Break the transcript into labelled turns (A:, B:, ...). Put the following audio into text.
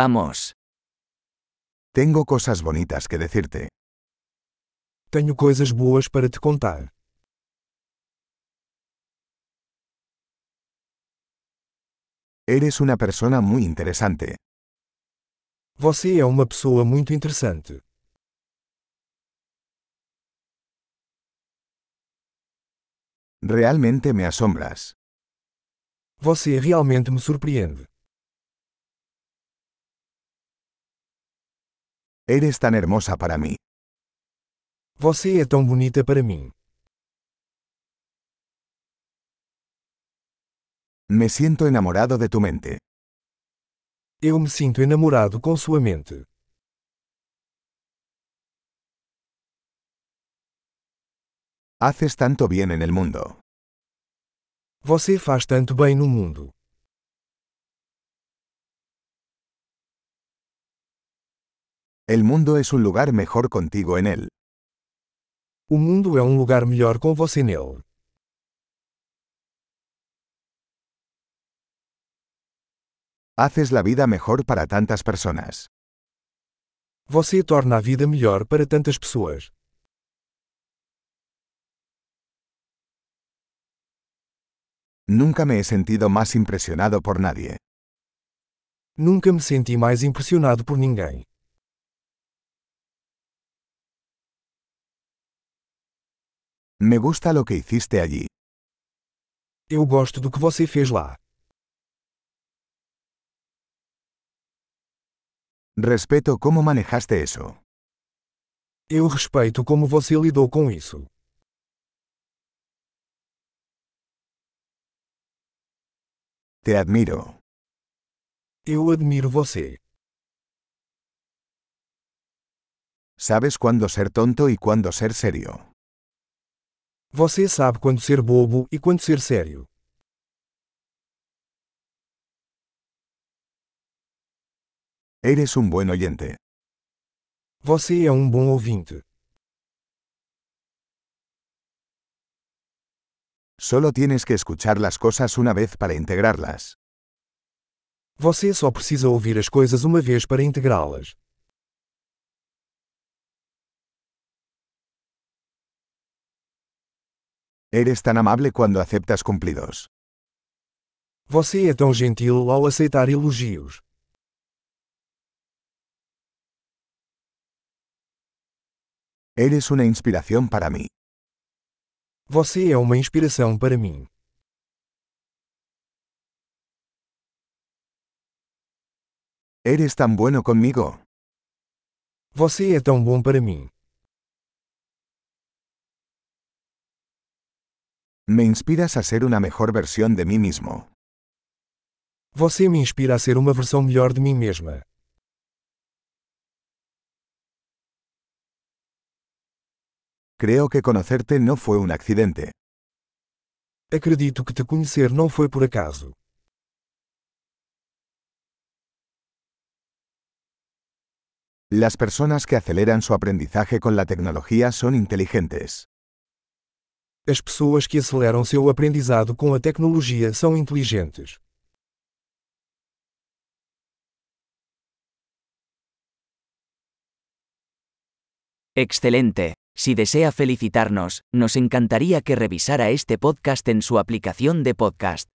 A: Vamos.
B: Tengo cosas bonitas que decirte.
C: Tenho coisas boas para te contar.
B: Eres una persona muy interesante.
C: Você é uma pessoa muito interessante.
B: Realmente me asombras.
C: Você realmente me surpreende.
B: Eres tan hermosa para mí.
C: Você é tão bonita para mim.
B: Me siento enamorado de tu mente.
C: Eu me sinto enamorado com sua mente.
B: Haces tanto bien en el mundo.
C: Você faz tanto bem no mundo.
B: El mundo es un lugar mejor contigo en él.
C: O mundo é um lugar melhor com você nele.
B: Haces la vida mejor para tantas personas.
C: Você torna a vida melhor para tantas pessoas.
B: Nunca me he sentido más impresionado por nadie.
C: Nunca me senti mais impressionado por ninguém.
B: Me gusta lo que hiciste allí.
C: Eu gosto do que você fez lá.
B: Respeto cómo manejaste eso.
C: Eu respeito como você lidou com isso.
B: Te admiro.
C: Eu admiro você.
B: Sabes cuándo ser tonto y cuándo ser serio.
C: Você sabe quando ser bobo e quando ser sério.
B: Eres un buen oyente.
C: Você é um bom ouvinte.
B: Solo tienes que escuchar las cosas una vez para integrarlas.
C: Você só precisa ouvir as coisas uma vez para integrá-las.
B: Eres tan amable cuando aceptas cumplidos.
C: Você é tão gentil ao aceitar elogios.
B: Eres una inspiración para mí.
C: Você é uma inspiração para mim.
B: Eres tan bueno conmigo.
C: Você é tão bom para mim.
B: Me inspiras a ser una mejor versión de mí mismo.
C: Você me inspira a ser uma versão melhor de mim mesma.
B: Creo que conocerte no fue un accidente.
C: Acredito que te conhecer não foi por acaso.
B: Las personas que aceleran su aprendizaje con la tecnología son inteligentes.
C: As pessoas que aceleram seu aprendizado com a tecnologia são inteligentes.
A: Excelente. Si desea felicitarnos, nos encantaría que revisara este podcast en su aplicación de podcast.